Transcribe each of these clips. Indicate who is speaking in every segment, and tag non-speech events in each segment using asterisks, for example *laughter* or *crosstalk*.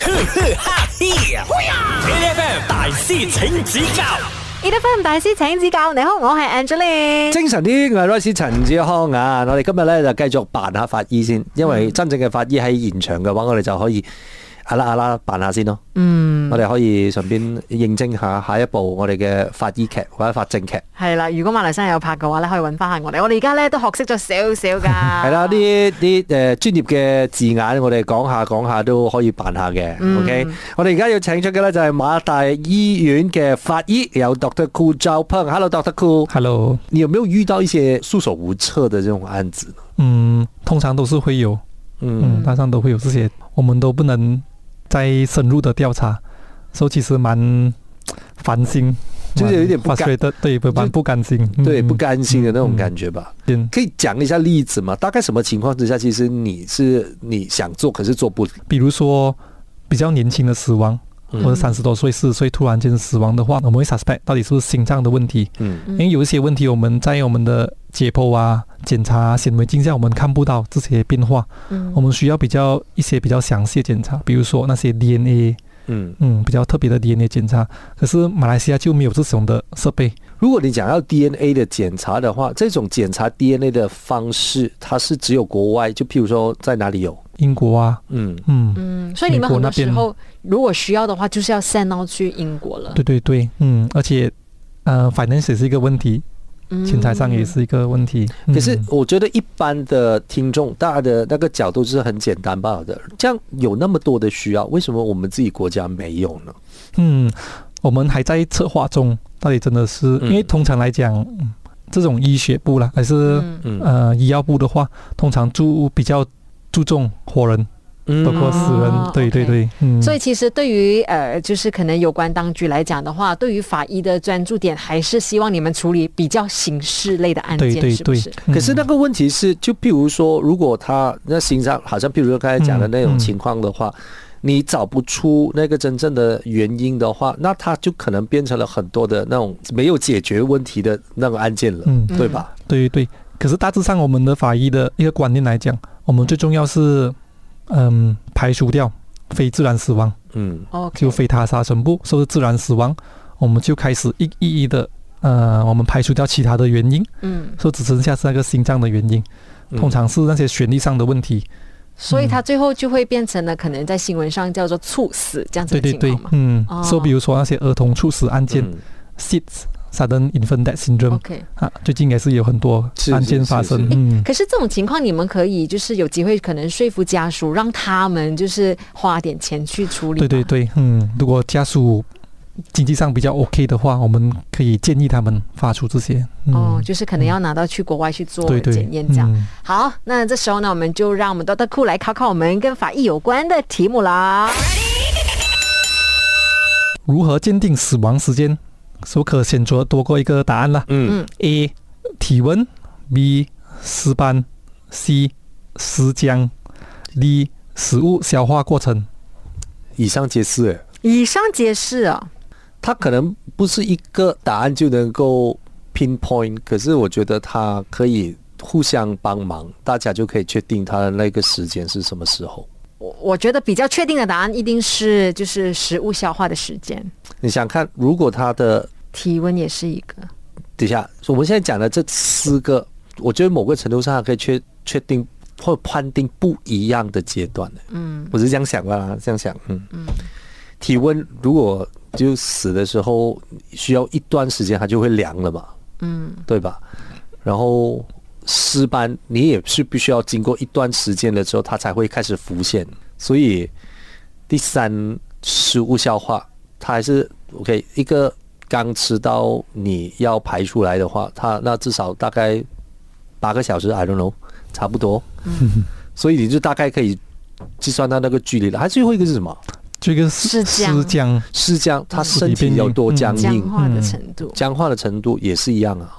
Speaker 1: 哈 FM 大師請指教
Speaker 2: e d f 大師請指教，你好，我係 Angeline。
Speaker 3: 精神啲，我係 Royce 陳志康啊！我哋今日咧就繼續扮下法醫先，因為真正嘅法醫喺現場嘅話，我哋就可以啊啦啊啦扮下先咯。嗯，我哋可以順便認證下下一部我哋嘅法醫劇或者法證劇。
Speaker 2: 係啦，如果馬來西亞有拍嘅話咧，可以揾翻下我哋。我哋而家咧都學識咗少少噶。係
Speaker 3: 係啦，啲啲誒專業嘅字眼，我哋講下講下都可以扮下嘅。OK，我哋而家要請出嘅咧就係馬大醫院嘅法醫，有 Doctor Koo Zhao Peng。Hello，Doctor Koo，
Speaker 4: Hello，
Speaker 3: 你有沒有遇到一些束手無策的這種案子呢？
Speaker 4: 嗯，通常都是会有，
Speaker 3: 嗯
Speaker 4: 嗯，通常都会有这些，我们都不能再深入的调查，所以其实蛮烦心，
Speaker 3: 就是有一点不甘
Speaker 4: 的，对，不蛮不甘心，
Speaker 3: 对，
Speaker 4: 嗯
Speaker 3: 不甘心的那种感觉吧。
Speaker 4: 嗯
Speaker 3: 可以讲一下例子吗？大概什么情况之下，其实你是你想做，可是做不了。
Speaker 4: 比如说比较年轻的死亡，
Speaker 3: 嗯
Speaker 4: 或者三十多岁、四十岁突然间死亡的话，我们会 suspect 到底是不是心脏的问题，
Speaker 3: 嗯
Speaker 2: 嗯
Speaker 4: 因为有一些问题我们在我们的解剖啊、检查、啊、显微镜下我们看不到这些变化，
Speaker 3: 嗯
Speaker 2: 嗯
Speaker 4: 我们需要比较一些比较详细的检查，比如说那些 DNA。
Speaker 3: 嗯，
Speaker 4: 嗯，比较特别的 DNA 检查，可是马来西亚就没有这种的设备。
Speaker 3: 如果你讲要 DNA 的检查的话，这种检查 DNA 的方式，它是只有国外，就譬如说在哪里有，
Speaker 4: 英国啊，
Speaker 3: 嗯，
Speaker 4: 嗯，
Speaker 2: 嗯，所以你们
Speaker 4: 美
Speaker 2: 很
Speaker 4: 国那
Speaker 2: 多时
Speaker 4: 边
Speaker 2: 候如果需要的话，就是要 send 到去英国了。
Speaker 4: 对对对，嗯，而且呃，finance 也是一个问题，
Speaker 2: 嗯
Speaker 4: 钱财上也是一个问题。
Speaker 3: 可是
Speaker 4: 嗯
Speaker 3: 我觉得一般的听众，大家的那个角度是很简单罢了的。这样有那么多的需要，为什么我们自己国家没有呢？
Speaker 4: 嗯，我们还在策划中，到底真的是、
Speaker 3: 嗯
Speaker 4: 因为通常来讲，嗯这种医学部啦，还是、
Speaker 2: 嗯
Speaker 3: 嗯
Speaker 4: 呃医药部的话，通常注比较注重活人，
Speaker 3: 嗯
Speaker 4: 包括死人。
Speaker 2: 哦
Speaker 4: 对对
Speaker 2: OK
Speaker 4: 对，嗯，
Speaker 2: 所以其实对于呃，就是可能有关当局来讲的话，对于法医的专注点还是希望你们处理比较刑事类的案件，
Speaker 4: 对对
Speaker 2: 是不
Speaker 4: 对
Speaker 2: 是？，
Speaker 4: 嗯
Speaker 3: 可是那个问题是，就譬如说，如果他那心脏好像，譬如说刚才讲的那种情况的话，
Speaker 4: 嗯
Speaker 3: 你找不出那个真正的原因的话，那他就可能变成了很多的那种没有解决问题的那种案件了，
Speaker 4: 嗯，
Speaker 3: 对吧？
Speaker 4: 对对，可是大致上我们的法医的一个观念来讲，我们最重要是，嗯，排除掉非自然死亡，
Speaker 3: 嗯
Speaker 2: ？OK，
Speaker 4: 就非他杀全部，说是自然死亡，我们就开始一一一的，呃，我们排除掉其他的原因，
Speaker 2: 嗯，
Speaker 4: 说只剩下是那个心脏的原因，
Speaker 3: 嗯
Speaker 4: 通常是那些旋律上的问题。
Speaker 2: 所以他
Speaker 4: 嗯
Speaker 2: 最后就会变成了可能在新闻上叫做猝死这样子
Speaker 4: 对
Speaker 2: 的情
Speaker 4: 对对
Speaker 2: 况嘛，。
Speaker 4: 嗯
Speaker 2: 哦，
Speaker 4: 说比如说那些儿童猝死案件
Speaker 3: 嗯
Speaker 4: s i d s sudden infant death syndrome
Speaker 2: OK，
Speaker 4: 啊，最近也是有很多
Speaker 3: 是
Speaker 4: 案件
Speaker 3: 是
Speaker 4: 发
Speaker 3: 是
Speaker 4: 生
Speaker 3: 是。
Speaker 4: 嗯，
Speaker 2: 可是这种情况你们可以就是有机会可能说服家属，让他们就是花点钱去处理。
Speaker 4: 对对，对，嗯，如果家属经济上比较 OK 的话，我们可以建议他们发出这些。嗯、
Speaker 2: 哦，就是可能要拿到去国外去做
Speaker 4: 对对
Speaker 2: 检验这样。
Speaker 4: 嗯
Speaker 2: 好，那这时候呢，我们就让我们的德库来考考我们跟法医有关的题目啦。
Speaker 4: 如何鉴定死亡时间？所可选择多过一个答案啦。
Speaker 3: 嗯，
Speaker 4: A. 体温，B. 尸斑，C. 尸僵，D. 食物消化过程。
Speaker 3: 以上皆是、欸
Speaker 2: 以上皆是哦，
Speaker 3: 它可能不是一个答案就能够 pinpoint，可是我觉得它可以互相帮忙，大家就可以确定它的那个时间是什么时候。
Speaker 2: 我我觉得比较确定的答案一定是就是食物消化的时间，
Speaker 3: 你想看，如果它的
Speaker 2: 体温也是一个。
Speaker 3: 底下，我们现在讲的这四个，我觉得某个程度上还可以确确定或判定不一样的阶段的。嗯，我是这样想的啦，这样想，嗯嗯。体温如果就死的时候需要一段时间，它就会凉了嘛，嗯，对吧？然后尸斑你也是必须要经过一段时间了之后，它才会开始浮现，所以第三，食物消化，它还是 OK。一个刚吃到你要排出来的话，它那至少大概八个小时，I don't know，差不 *laughs* 多。所以你就大概可以计算到那个距离了。它最后一个是什么？
Speaker 4: 这个是
Speaker 2: 尸僵
Speaker 4: 尸僵，
Speaker 3: 是僵，它身
Speaker 4: 尸体
Speaker 3: 体
Speaker 4: 变
Speaker 3: 有
Speaker 4: 硬
Speaker 3: 多
Speaker 4: 嗯
Speaker 3: 僵
Speaker 2: 僵
Speaker 3: 硬，
Speaker 2: 化的程度。
Speaker 3: 僵化的程度也是一样啊。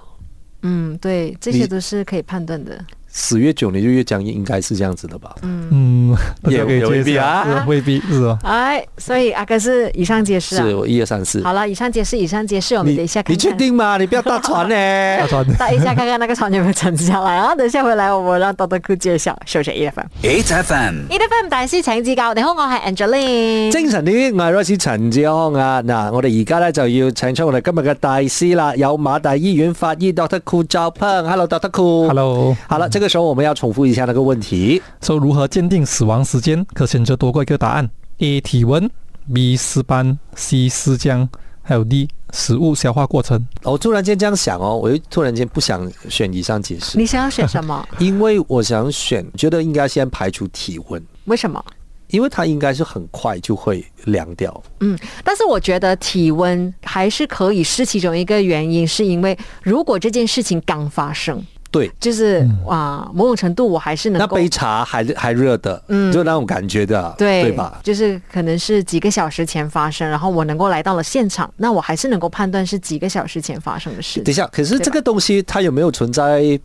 Speaker 2: 嗯，对，这
Speaker 3: 你
Speaker 2: 些都是可以判断的。
Speaker 3: 死越久你就越僵硬，应该是这样子的吧？
Speaker 4: 嗯， *laughs* 大
Speaker 3: 也
Speaker 4: 家可以
Speaker 3: 也
Speaker 4: 接
Speaker 3: 未
Speaker 4: 一
Speaker 3: 必
Speaker 4: 下，
Speaker 3: 啊
Speaker 4: 是呃未必是
Speaker 2: *laughs*
Speaker 4: 吧？
Speaker 2: 哎，所以阿哥是以上皆是啊。
Speaker 3: 是我一二三四。
Speaker 2: 好了，以上皆是，以上皆是，我们
Speaker 3: 你
Speaker 2: 等一下看
Speaker 3: 你确
Speaker 2: *laughs* 看。
Speaker 3: 定吗？你不要 *laughs* 搭船呢、
Speaker 4: 大川，
Speaker 2: 大一下看看那个草有没有沉下来啊！等一下回来，我们让多多哥揭晓。收起 E F M，E
Speaker 1: ，H F M，
Speaker 2: F M 大師請指教。你好，我係 Angeline。
Speaker 3: 精神啲，我係 Royce 陳志康啊！嗱，我哋而家咧就要請出我哋今日嘅大師啦，有馬大醫院法醫 Doctor Cool 赵鹏，Hello Doctor
Speaker 2: 哦
Speaker 3: Cool。
Speaker 4: Hello，
Speaker 3: 好了，这个时候我们要重复一下那个问题。
Speaker 4: 说、如何鉴定死亡时间？可选择多过一个答案：A. 体温，B. 尸斑，C. 尸僵，还有 D. 食物消化过程。
Speaker 3: 我突然间这样想哦，我又突然间不想选以上解
Speaker 2: *laughs*
Speaker 3: 释，
Speaker 2: 你想要選什 *laughs* 麼？
Speaker 3: 因为我想选，觉得应该先排除体温，
Speaker 2: 為什麼？
Speaker 3: 因为它应该是很快就会凉掉。
Speaker 2: 嗯，但是我觉得体温还是可以是其中一个原因，是因为如果这件事情刚发生，
Speaker 3: 对，
Speaker 2: 就是啊、某种程度我还是能
Speaker 3: 嗯那
Speaker 2: 够
Speaker 3: 杯茶还还热的，
Speaker 2: 嗯
Speaker 3: 就那种感觉的，
Speaker 2: 对
Speaker 3: 对吧？
Speaker 2: 就是可能是几个小时前发生，然后我能够来到了现场，那我还是能够判断是几个小时前发生的事
Speaker 3: 等一
Speaker 2: 情。
Speaker 3: 下，可是这个东西它有没有存在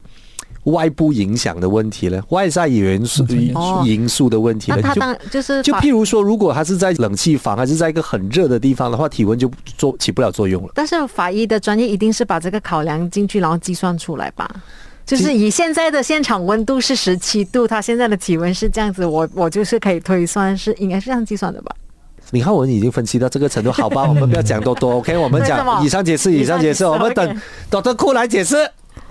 Speaker 3: 外部影响的问题呢？外在元素
Speaker 4: 嗯
Speaker 2: 哦
Speaker 3: 因素的问题
Speaker 2: 那
Speaker 3: 呢？
Speaker 2: 他
Speaker 3: 就
Speaker 2: 当就是
Speaker 3: 就
Speaker 2: 把
Speaker 3: 譬如说，如果它是在冷气房，还是在一个很热的地方的话，体温就做起不了作用了。
Speaker 2: 但是法医的专业一定是把这个考量进去，然后计算出来吧。就是以现在的现场温度是十七度，他现在的体温是这样子，我我就是可以推算是应该是这样计算的吧。
Speaker 3: 你看，我已经分析到这个程度，好吧？我们不要讲多多，OK？我们
Speaker 2: *laughs* 为什么
Speaker 3: 讲以上解释，以上解
Speaker 2: 以上解释
Speaker 3: 释，我们等
Speaker 2: OK
Speaker 3: Doctor 库来解释，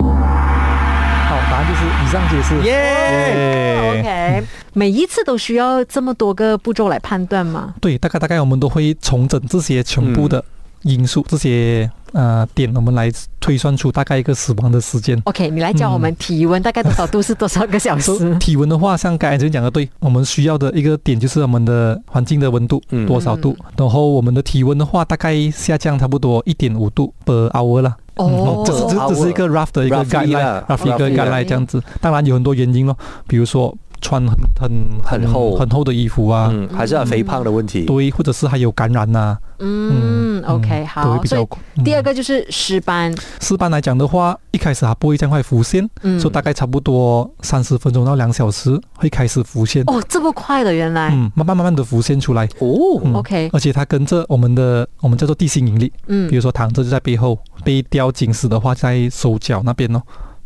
Speaker 4: 好，答案就是以上解释。
Speaker 3: 耶！
Speaker 4: 耶
Speaker 2: 哦 OK，每一次都需要这么多个步骤来判断吗？
Speaker 4: 对，大概大概我们都会重整这些全部的因素，这些呃点，我们来推算出大概一个死亡的时间。
Speaker 2: OK，你来教我
Speaker 4: 嗯
Speaker 2: 们体温大概多少度是多少个小
Speaker 4: *laughs*
Speaker 2: 时？
Speaker 4: 说体温的话，像刚才这边讲的，对我们需要的一个点就是我们的环境的温度
Speaker 3: 嗯
Speaker 4: 多少度，然后我们的体温的话，大概下降差不多一点五度 per hour 啦。
Speaker 2: 哦
Speaker 4: 这是嗯这
Speaker 3: hour
Speaker 4: 只是一个 rough 的一个
Speaker 3: roughly 啦
Speaker 4: guideline，rough 一个
Speaker 2: roughly 啦
Speaker 4: guideline 这样子。当然有很多原因咯，比如说穿很很
Speaker 3: 很厚
Speaker 4: 很厚的衣服啊，
Speaker 3: 嗯，还是有肥胖的问题。
Speaker 4: 对，或者是还有感染呐、
Speaker 2: 嗯，OK，
Speaker 4: 都
Speaker 2: 好
Speaker 4: 会。比
Speaker 2: 所
Speaker 4: 较
Speaker 2: 以。
Speaker 4: 嗯
Speaker 2: 第二个就是尸斑，
Speaker 4: 尸斑来讲的话，一开始它不会这样快浮现，
Speaker 2: 嗯
Speaker 4: 所以大概差不多三十分钟到两小时会开始浮现，
Speaker 2: 哦，这么快的原来。
Speaker 4: 嗯，慢慢慢慢的浮现出来。
Speaker 3: 哦，
Speaker 4: 嗯
Speaker 2: OK，
Speaker 4: 而且它跟着我们的我们叫做地心引力，
Speaker 2: 嗯
Speaker 4: 比，如说躺着就在背后，被吊紧死的话在手脚那边哦。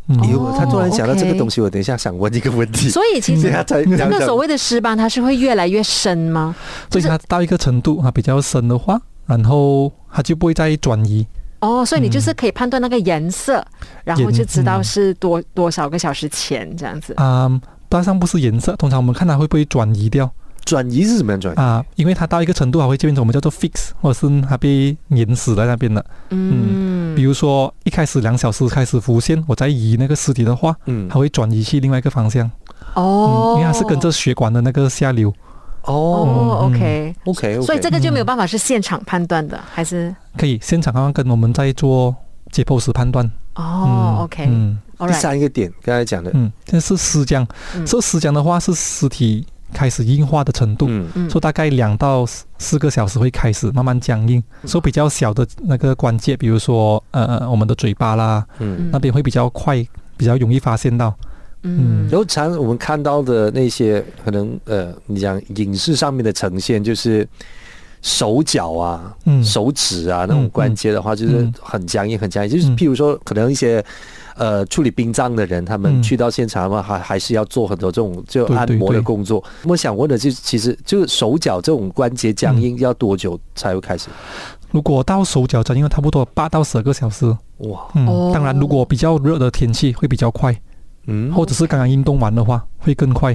Speaker 4: 嗯，
Speaker 3: 哎呦
Speaker 2: 哦，
Speaker 3: 他突然想到这个
Speaker 2: OK
Speaker 3: 东西，我等一下想问一个问题。
Speaker 2: 所以
Speaker 3: *laughs*
Speaker 2: 其
Speaker 3: 所
Speaker 2: 实
Speaker 3: 以他才
Speaker 4: *laughs*
Speaker 2: 这
Speaker 3: 讲
Speaker 2: 个
Speaker 3: 讲
Speaker 2: 所谓的尸斑，它是会越来越深吗？
Speaker 4: 所以它到一个程度它比较深的话，然后它就不会再转移。
Speaker 2: 哦，所以你就是可以判断那个颜色，然后
Speaker 4: 嗯颜
Speaker 2: 就知道
Speaker 4: 嗯
Speaker 2: 是多多少个小时前这样子。
Speaker 4: 啊、当上不是颜色，通常我们看它会不会转移掉
Speaker 3: 转移是怎么样转移？
Speaker 4: 啊、因为它到一个程度，它会变成我们叫做 fix，或者是它被碾死在那边了。
Speaker 2: 嗯
Speaker 4: 比，如说一开始两小时开始浮现，我在移那个尸体的话，
Speaker 3: 嗯
Speaker 4: 它，会转移去另外一个方向，
Speaker 2: 哦
Speaker 4: 嗯，因为它是跟着血管的那个下流。
Speaker 3: 哦
Speaker 2: 哦
Speaker 4: 嗯
Speaker 2: ，OK，
Speaker 3: ，OK，
Speaker 2: 所以这个就没有办法是现场判断的，还是
Speaker 4: 可以现场刚刚跟我们在做解剖时判断。
Speaker 2: 哦，OK，
Speaker 4: 嗯，
Speaker 2: all
Speaker 3: 第
Speaker 2: right，
Speaker 3: 三个点，刚才讲的，
Speaker 4: 嗯，这是尸僵
Speaker 2: 嗯，
Speaker 4: 这尸僵的话是尸体开始硬化的程度，
Speaker 3: 嗯，
Speaker 2: 嗯
Speaker 4: 所以大概两到四四个小时会开始慢慢僵硬，
Speaker 2: 嗯
Speaker 4: 所以比较小的那个关节，比如说呃呃我们的嘴巴啦，
Speaker 3: 嗯，
Speaker 4: 那边会比较快，比较容易发现到。
Speaker 2: 嗯
Speaker 4: 嗯
Speaker 3: 然后常我们看到的那些可能呃，你讲影视上面的呈现就是。手脚啊，
Speaker 4: 嗯
Speaker 3: 手指啊，那种关节的话，就是很僵硬，很僵硬。就是
Speaker 4: 嗯
Speaker 3: 譬如说，可能一些呃处理殡葬的人，他们
Speaker 4: 嗯
Speaker 3: 去到现场的话，还还是要做很多这种就
Speaker 4: 对
Speaker 3: 按
Speaker 4: 对
Speaker 3: 摩的
Speaker 4: 对
Speaker 3: 工作。我想问的就是，其实就是手脚这种关节僵
Speaker 4: 嗯
Speaker 3: 硬要多久才会开始？
Speaker 4: 如果到手脚僵硬，差不多八到十二个小时。
Speaker 3: 哇，
Speaker 4: 嗯，
Speaker 2: 哦
Speaker 4: 当然如果比较热的天气会比较快，
Speaker 3: 嗯，
Speaker 4: 或者是刚刚运动完的话会更快。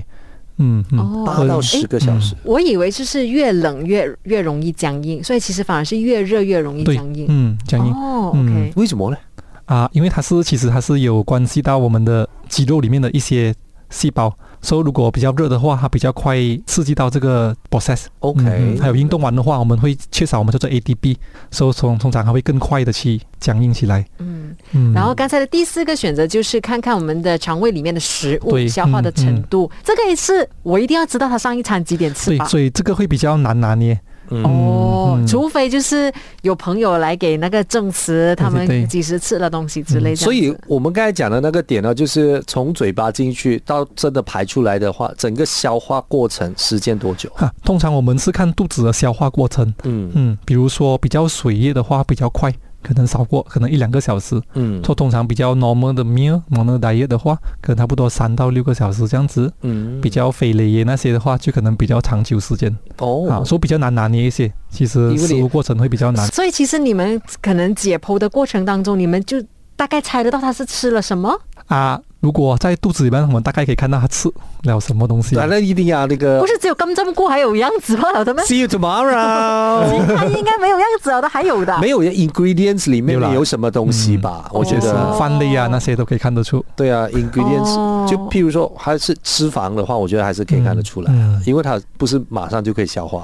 Speaker 4: 嗯嗯，
Speaker 2: 哦
Speaker 3: 八到十个小时，
Speaker 2: 我以为就是越冷越越容易僵硬，所以其实反而是越热越容易
Speaker 4: 对
Speaker 2: 僵，硬。
Speaker 4: 嗯，僵硬。
Speaker 2: 哦
Speaker 4: 嗯
Speaker 2: ，OK，
Speaker 3: 为什么呢？
Speaker 4: 啊，因为它是其实它是有关系到我们的肌肉里面的一些细胞，所、以如果比较热的话，它比较快刺激到这个 process。
Speaker 3: OK，、
Speaker 4: 嗯还有运动完的话，我们会缺少我们叫做 ADP，所以从通常它会更快的去僵硬起来。
Speaker 2: 嗯。
Speaker 4: 嗯，
Speaker 2: 然后刚才的第四个选择就是看看我们的肠胃里面的食物
Speaker 4: 对
Speaker 2: 消化的
Speaker 4: 嗯
Speaker 2: 程度，这个也是我一定要知道他上一餐几点吃
Speaker 4: 对，
Speaker 2: 吧。
Speaker 4: 所以这个会比较难拿捏。
Speaker 2: 哦
Speaker 4: 嗯，
Speaker 2: 除非就是有朋友来给那个证词，他
Speaker 4: 对
Speaker 2: 们几时吃了东西之类的。
Speaker 3: 所以我们刚才讲的那个点呢，就是从嘴巴进去到真的排出来的话，整个消化过程时间多久？
Speaker 4: 哈、通常我们是看肚子的消化过程，
Speaker 3: 嗯
Speaker 4: 嗯，比如说比较水液的话比较快，可能少过可能一两个小时。
Speaker 3: 嗯
Speaker 4: 说通常比较 normal 的 meal normal diet 的话，可能差不多三到六个小时这样子。
Speaker 3: 嗯
Speaker 4: 比较肥类那些的话，就可能比较长久时间、啊，
Speaker 3: 哦，
Speaker 4: 所以比较难拿捏一些。其实
Speaker 3: 因为
Speaker 4: 食
Speaker 3: 你
Speaker 4: 物过程会比较难。
Speaker 2: 所以其实你们可能解剖的过程当中，你们就大概猜得到他是吃了什么，
Speaker 4: 啊，如果在肚子里面，我们大概可以看到它吃了什么东西。
Speaker 3: 反正一定要那个
Speaker 2: 不。是只有金针菇还有样子罢了的吗？
Speaker 3: See
Speaker 2: *laughs*
Speaker 3: you tomorrow 。
Speaker 2: 他应该没有样子了的，还有的。
Speaker 3: 没有 ingredients 里面
Speaker 4: 有啦
Speaker 3: 有什么东西吧？我
Speaker 4: 我
Speaker 3: 觉
Speaker 4: 觉
Speaker 3: 得
Speaker 4: 得饭类啊那些都可以看得出。
Speaker 3: 对啊，ingredients、
Speaker 2: 哦
Speaker 3: 就譬如说还是脂肪的话，我觉得还是可以看得出来，
Speaker 4: 嗯嗯
Speaker 3: 因为它不是马上就可以消化。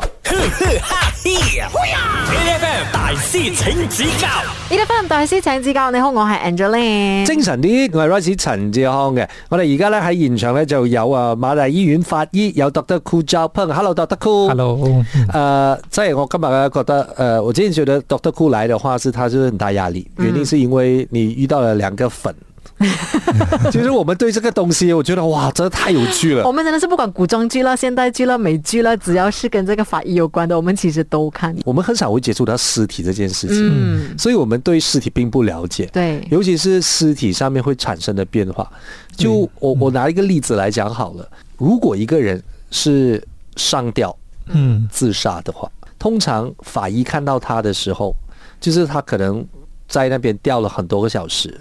Speaker 1: A F M 大师请指教
Speaker 2: 呢啲翻唔大師請指教，你好，我係 Angeline。
Speaker 3: 精神啲，我係 Rice 陳志康嘅。我哋而家咧喺現場咧就有啊馬大醫院法醫有 Dr. Cool Zhao Peng，Hello Dr. Cool。
Speaker 4: Hello，嗯
Speaker 3: 呃，即係我今日咧覺得，呃，我之前覺得 Doctor Cool 來的話是，他就是很大壓力，原因是因為你遇到了兩個粉。其實我們對這個東西，我覺得哇，真的太有趣 *laughs* 了
Speaker 2: 我。们真的是不管古裝劇啦、現代劇啦、美劇啦，只要是跟這個法醫有關的，我們其實都看。
Speaker 3: 我們很少會接觸到屍體這件事情，
Speaker 2: 嗯，
Speaker 3: 所以我們對屍體並不了解。
Speaker 2: 對，
Speaker 3: 尤其是尸体上面会产生的变化。就我我拿一个例子来讲好了，如果一个人是上吊
Speaker 4: 嗯
Speaker 3: 自杀的话，通常法医看到他的时候，就是他可能在那边吊了很多个小时。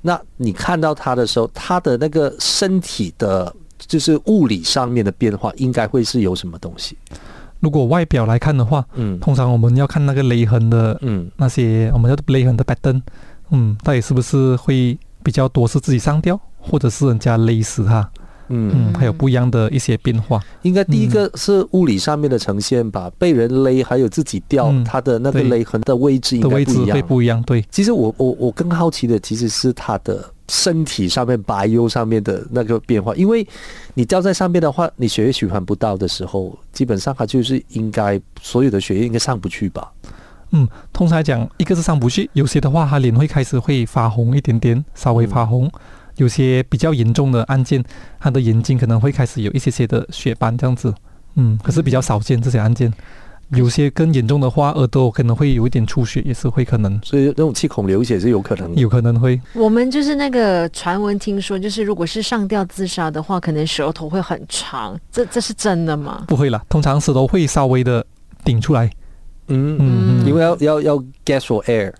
Speaker 3: 那你看到他的时候，他的那个身体的，就是物理上面的变化，应该会是有什么东西？
Speaker 4: 如果外表来看的话，
Speaker 3: 嗯
Speaker 4: 通常我们要看那个勒痕的
Speaker 3: 嗯
Speaker 4: 那些，我们叫勒痕的 pattern，嗯，到底是不是会比较多是自己上吊，或者是人家勒死它，
Speaker 3: 嗯，
Speaker 4: 嗯，还有不一样的一些变化。
Speaker 3: 应该第一
Speaker 4: 嗯
Speaker 3: 个是物理上面的呈现吧，被人勒，还有自己吊，
Speaker 4: 嗯
Speaker 3: 他的那个
Speaker 4: 对
Speaker 3: 勒痕的位置应
Speaker 4: 的
Speaker 3: 该
Speaker 4: 位置
Speaker 3: 不一
Speaker 4: 会
Speaker 3: 样。
Speaker 4: 不一样，对，
Speaker 3: 其实我我我更好奇的其实是他的身体上面白油上面的那个变化，因为你掉在上面的话，你血液循环不到的时候，基本上它就是应该所有的血液应该上不去吧？
Speaker 4: 嗯，通常来讲，一个是上不去，有些的话，他脸会开始会发红一点点，稍微发红。有些比较严重的案件，他的眼睛可能会开始有一些些的血斑这样子，嗯，可是比较少见这些案件。有些更严重的话，耳朵可能会有一点出血，也是会可能，
Speaker 3: 所以那种气孔流血是有可能的。
Speaker 4: 有可能会，
Speaker 2: 我们就是那個傳聞，聽說就是如果是上吊自殺的話，可能舌頭會很長，這这是真的嗎？
Speaker 4: 不会啦，通常石头会稍微的顶出来，
Speaker 3: 嗯，
Speaker 4: 嗯
Speaker 3: 因为要要要 gas for air，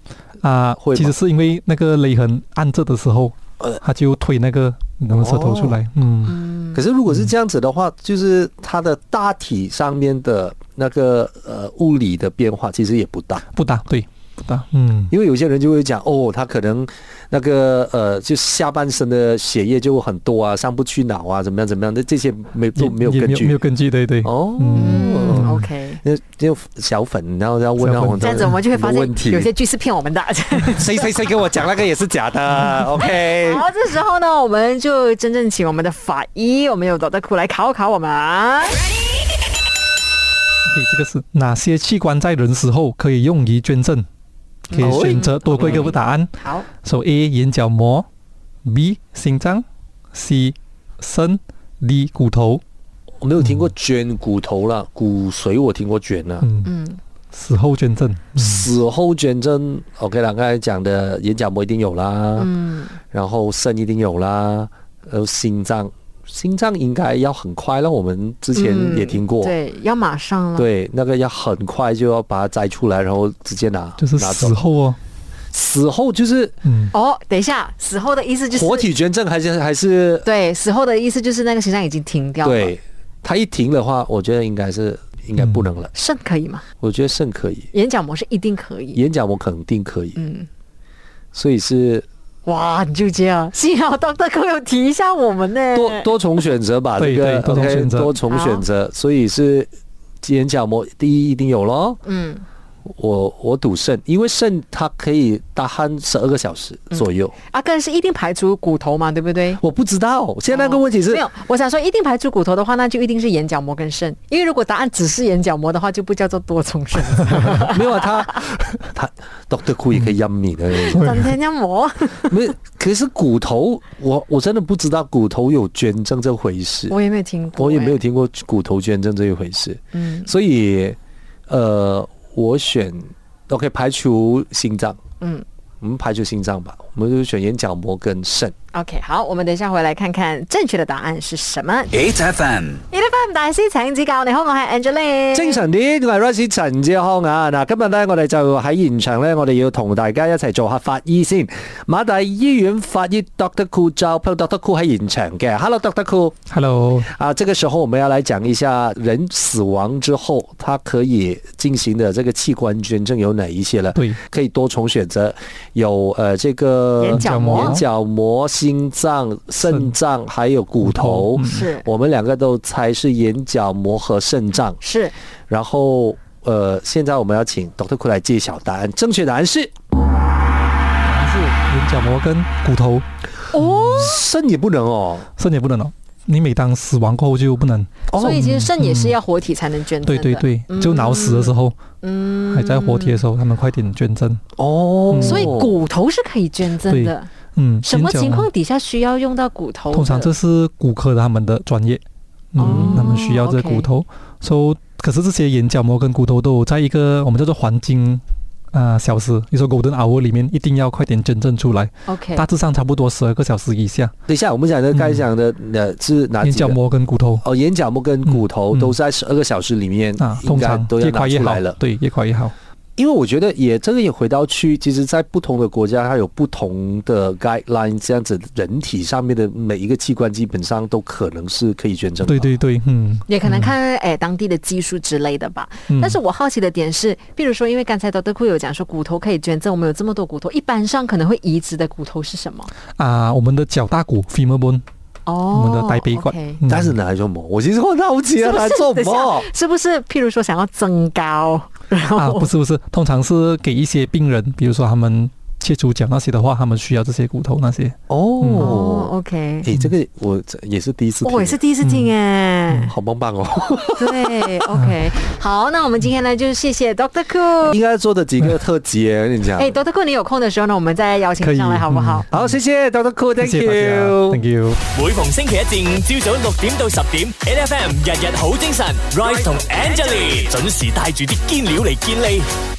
Speaker 4: 啊
Speaker 3: 会，吗
Speaker 4: 其实是因为那个勒痕按着的时候
Speaker 3: 呃，
Speaker 4: 他就推那个那个石头出来，嗯。
Speaker 3: 可是如果是这样子的话，就是它的大体上面的那个呃物理的变化其实也不大。
Speaker 4: 不大，对，不大，嗯，
Speaker 3: 因为有些人就会讲哦，他可能那个呃，就下半身的血液就很多啊，上不去脑啊，怎么样怎么样的，这些没都
Speaker 4: 也
Speaker 3: 没有
Speaker 4: 也
Speaker 3: 根
Speaker 4: 没
Speaker 3: 据
Speaker 4: 有根据，对对，
Speaker 3: 哦。
Speaker 2: 嗯
Speaker 4: 嗯
Speaker 2: ，OK。
Speaker 3: 那就小粉，然后要问
Speaker 4: 小
Speaker 3: 到
Speaker 4: 粉
Speaker 3: 我
Speaker 2: 这样子我们就会发现
Speaker 3: 问题，
Speaker 2: 有些剧是骗我们的。
Speaker 3: *laughs* 谁谁谁跟我讲那个也是假的
Speaker 2: *laughs*
Speaker 3: ，OK？
Speaker 2: 好，这时候呢，我们就真正请我们的法医，我们有 Dr. 库来考考我们。
Speaker 4: 对，这个是哪些器官在人死后可以用于捐赠？可
Speaker 3: 哦
Speaker 4: 以选择多过一个答案。
Speaker 2: 好，
Speaker 4: 首 A 眼角膜，B 心脏，C 肾，D 骨头。
Speaker 3: 我没有听过捐骨头了，骨髓我听过啊捐了，
Speaker 4: 嗯，
Speaker 2: 嗯，
Speaker 4: 死后捐赠。嗯
Speaker 3: 死后捐赠 OK 啦，刚才讲的眼角膜一定有啦，
Speaker 2: 嗯，
Speaker 3: 然后肾一定有啦，呃，心脏，心脏应该要很快了，我们之前
Speaker 2: 嗯
Speaker 3: 也听过，
Speaker 2: 对，要马上了。
Speaker 3: 对，那个要很快就要把它摘出来，然后直接拿，
Speaker 4: 就是
Speaker 3: 拿
Speaker 4: 死
Speaker 3: 走。
Speaker 4: 后哦，
Speaker 3: 死后就是
Speaker 4: 嗯，
Speaker 2: 哦，等一下，死后的意思就是
Speaker 3: 活体捐赠，还是还是
Speaker 2: 对，死后的意思就是那个心脏已经停掉了。，
Speaker 3: 对，它一停的话，我觉得应该是应该不能
Speaker 4: 嗯
Speaker 3: 了。
Speaker 2: 肾可以吗？
Speaker 3: 我觉得肾可以，
Speaker 2: 眼角膜是一定可以。
Speaker 3: 眼角膜肯定可以，
Speaker 2: 嗯，
Speaker 3: 所以是
Speaker 2: 哇，你就这样，幸好 Doctor 哥有提一下我们呢。
Speaker 3: 多多重选择吧，
Speaker 4: 对
Speaker 3: 这个
Speaker 4: 对多重
Speaker 3: OK，
Speaker 4: 选择
Speaker 3: 多重
Speaker 2: 好
Speaker 3: 选择，所以是眼角膜第一一定有咯，
Speaker 2: 嗯，
Speaker 3: 我我赌肾，因为肾它可以大鼾十二个小时左右。
Speaker 2: 阿根啊是一定排除骨头嘛，对不对？哦
Speaker 3: 我不知道，现在那个问题是、
Speaker 2: 没有，我想说一定排除骨头的话，那就一定是眼角膜跟肾，因为如果答案只是眼角膜的话，就不叫做多重
Speaker 3: *laughs*
Speaker 2: 肾，
Speaker 3: 没有啊，他他 Doctor Cool 也可以阴你的，
Speaker 2: 整天要磨。
Speaker 3: *laughs* 没有。可是骨头，我我真的不知道骨头有捐赠这回事，
Speaker 2: 我也没有听过、
Speaker 3: 我也没有
Speaker 2: 哎，
Speaker 3: 听过骨头捐赠这一回事，
Speaker 2: 嗯
Speaker 3: 所以呃，我选 OK 排除心脏，
Speaker 2: 嗯。
Speaker 3: 我们排除心脏吧，我们就选眼角膜跟肾。
Speaker 2: OK，好，我们等一下回来看看正确的答案是什么。
Speaker 1: 8FM
Speaker 2: e l e p 大師請指教，你好，我係 Angeline。
Speaker 3: 精神啲，我係 r o s e 陳志康啊！嗱，今日咧我哋就喺現場咧，我哋要同大家一齊做下法醫先。馬大醫院法醫 Doctor Cool 招 p Doctor Cool 喺現場嘅，Hello Doctor Cool。
Speaker 4: Hello，
Speaker 3: 啊，这个时候我们要来讲一下人死亡之后，他可以进行的这个器官捐赠有哪一些了？
Speaker 4: 对，
Speaker 3: 可以多重选择，有呃这个
Speaker 2: 眼角
Speaker 4: 膜
Speaker 3: 眼角膜、心脏、肾脏，还有骨头
Speaker 4: 骨头。嗯
Speaker 2: 是
Speaker 3: 我们两个都猜是眼角膜和肾脏，
Speaker 2: 是
Speaker 3: 然后。呃，现在我们要请 Doctor 库来揭晓答案。正确答案是
Speaker 4: 是眼角膜跟骨头，
Speaker 2: 哦，
Speaker 3: 嗯肾也不能哦，
Speaker 4: 肾也不能哦。你每当死亡过后就不能，
Speaker 2: 所以其实肾也
Speaker 3: 嗯
Speaker 2: 是要活体才能捐赠
Speaker 4: 对
Speaker 2: 的。
Speaker 4: 对对，就脑死的时候，
Speaker 2: 嗯
Speaker 4: 还在活体的时候，他们快点捐赠。
Speaker 3: 哦，
Speaker 2: 所以骨头是可以捐赠的。
Speaker 4: 嗯，
Speaker 2: 什么
Speaker 4: 眼角
Speaker 2: 情
Speaker 4: 膜
Speaker 2: 况底下需要用到骨头的？
Speaker 4: 通常这是骨科的他们的专业，嗯，
Speaker 2: 哦
Speaker 4: 他们需要这个骨头。so 可是这些眼角膜跟骨头都有在一个我们叫做黄金啊、呃小时，你说 golden hour 里面一定要快点真正出来，
Speaker 2: OK
Speaker 4: 大致上差不多十二个小时以下。
Speaker 3: 等一下，我们讲的该讲的呃是哪
Speaker 4: 眼
Speaker 3: 几
Speaker 4: 角
Speaker 3: 个？
Speaker 4: 膜跟骨头
Speaker 3: 哦，眼角膜跟骨头
Speaker 4: 嗯嗯
Speaker 3: 都是在十二个小时里面
Speaker 4: 啊，，
Speaker 3: 应
Speaker 4: 通
Speaker 3: 该
Speaker 4: 常
Speaker 3: 都要
Speaker 4: 越
Speaker 3: 拿
Speaker 4: 快越
Speaker 3: 出
Speaker 4: 好
Speaker 3: 来了，。
Speaker 4: 对，越快越好。
Speaker 3: 因为我觉得也这个也回到去，其实，在不同的国家，它有不同的 guideline，这样子人体上面的每一个器官基本上都可能是可以捐赠的。
Speaker 4: 对对对，嗯，
Speaker 2: 也可能
Speaker 4: 嗯
Speaker 2: 看哎当地的技术之类的吧。
Speaker 4: 嗯
Speaker 2: 但是我好奇的点是，比如说，因为刚才 Doctor 库有讲说骨头可以捐赠，我们有这么多骨头，一般上可能会移植的骨头是什么？
Speaker 4: 啊，我们的脚大骨 femur bone，
Speaker 2: 哦，
Speaker 4: 我们的大腿骨
Speaker 2: OK，
Speaker 4: 嗯
Speaker 3: 但是拿来做么？我其实我很好奇
Speaker 2: *laughs* 是
Speaker 3: 啊，
Speaker 2: 不
Speaker 3: 拿来
Speaker 2: 是
Speaker 3: 做
Speaker 2: 等一下
Speaker 3: 么？
Speaker 2: 是不是？譬如说想要增高，然后、
Speaker 4: 啊，不是不是，通常是给一些病人，比如说他们切除脚那些的话，他们需要这些骨头那些。
Speaker 2: 哦
Speaker 3: 哦，
Speaker 2: ，OK，哦
Speaker 3: 诶，这个我这也是第一次听，
Speaker 2: 我也是第一次听哎、
Speaker 4: 嗯
Speaker 3: 好棒棒哦！ *laughs*
Speaker 4: *laughs*
Speaker 2: 对，OK，好，那我们今天呢就谢谢 Doctor Cool，
Speaker 3: 应该做的几个特辑耶，跟你
Speaker 2: *laughs*
Speaker 3: 讲。
Speaker 2: 哎，Doctor Cool，你有空的时候呢，我们再邀请
Speaker 4: 可以
Speaker 2: 上来好不好？
Speaker 3: 好，谢谢 Doctor Cool，Thank
Speaker 4: 谢谢大家
Speaker 3: you。
Speaker 4: ，Thank you。
Speaker 1: 每逢星期一至五朝早六點到十點，8FM 日日好精神，Rise 同 Angelie 準時帶住啲堅料嚟健利。